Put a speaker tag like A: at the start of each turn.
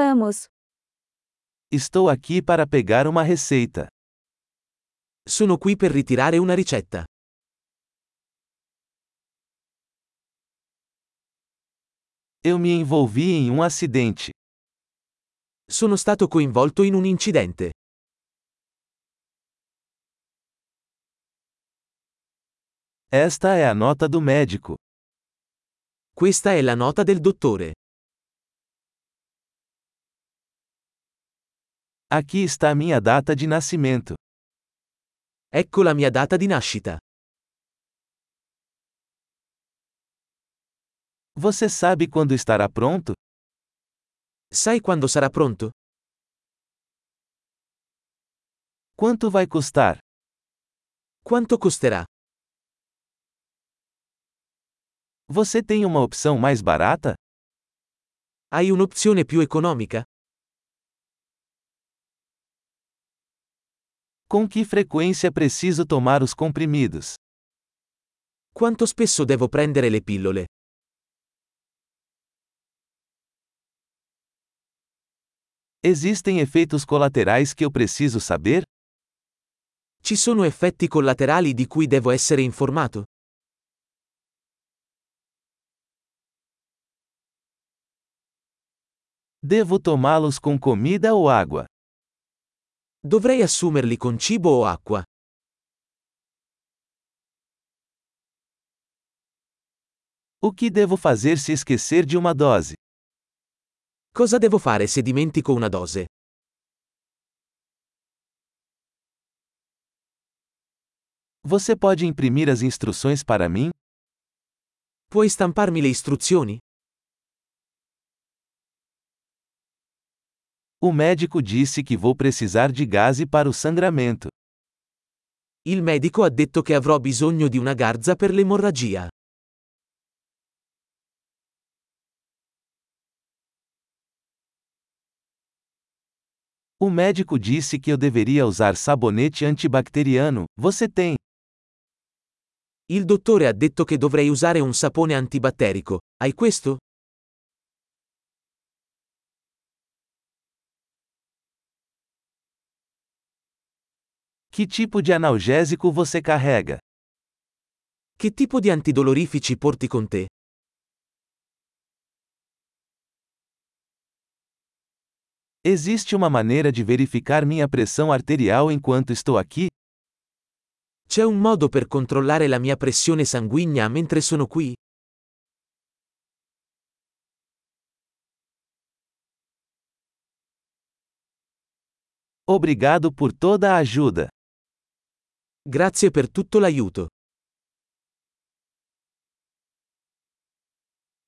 A: vamos.
B: Estou aqui para pegar uma receita.
C: Sono qui per ritirare una ricetta.
B: Eu me envolvi em um acidente.
C: Sono stato coinvolto in un incidente.
B: Esta é a nota do médico.
C: Questa è la nota del dottore.
B: Aqui está minha data de nascimento.
C: Ecco la mia data di nascita.
B: Você sabe quando estará pronto?
C: Sai quando sarà pronto?
B: Quanto vai custar?
C: Quanto costerà?
B: Você tem uma opção mais barata?
C: Hai un'opzione più economica?
B: Com que frequência preciso tomar os comprimidos?
C: Quanto spesso devo prendere le pillole?
B: Existem efeitos colaterais que eu preciso saber?
C: Ci sono effetti collaterali di cui devo essere informato?
B: Devo tomá-los com comida ou água?
C: Dovrei assumerli con cibo o acqua?
B: O que devo fazer se esquecer de uma dose?
C: Cosa devo fare se dimentico una dose?
B: Você pode imprimir as instruções para mim?
C: Puoi stamparmi le istruzioni?
B: O médico disse que vou precisar de gaze para o sangramento.
C: Il medico ha detto che avrò bisogno di una garza per l'emorragia.
B: O médico disse que eu deveria usar sabonete antibacteriano. Você tem?
C: Il dottore ha detto che dovrei usare un sapone antibatterico. Hai questo?
B: Que tipo de analgésico você carrega?
C: Che tipo di antidolorifici porti con te?
B: Existe uma maneira de verificar minha pressão arterial enquanto estou aqui?
C: C'è un modo per controllare la mia pressione sanguigna mentre sono qui?
B: Obrigado por toda a ajuda.
C: Grazie per tutto l'aiuto.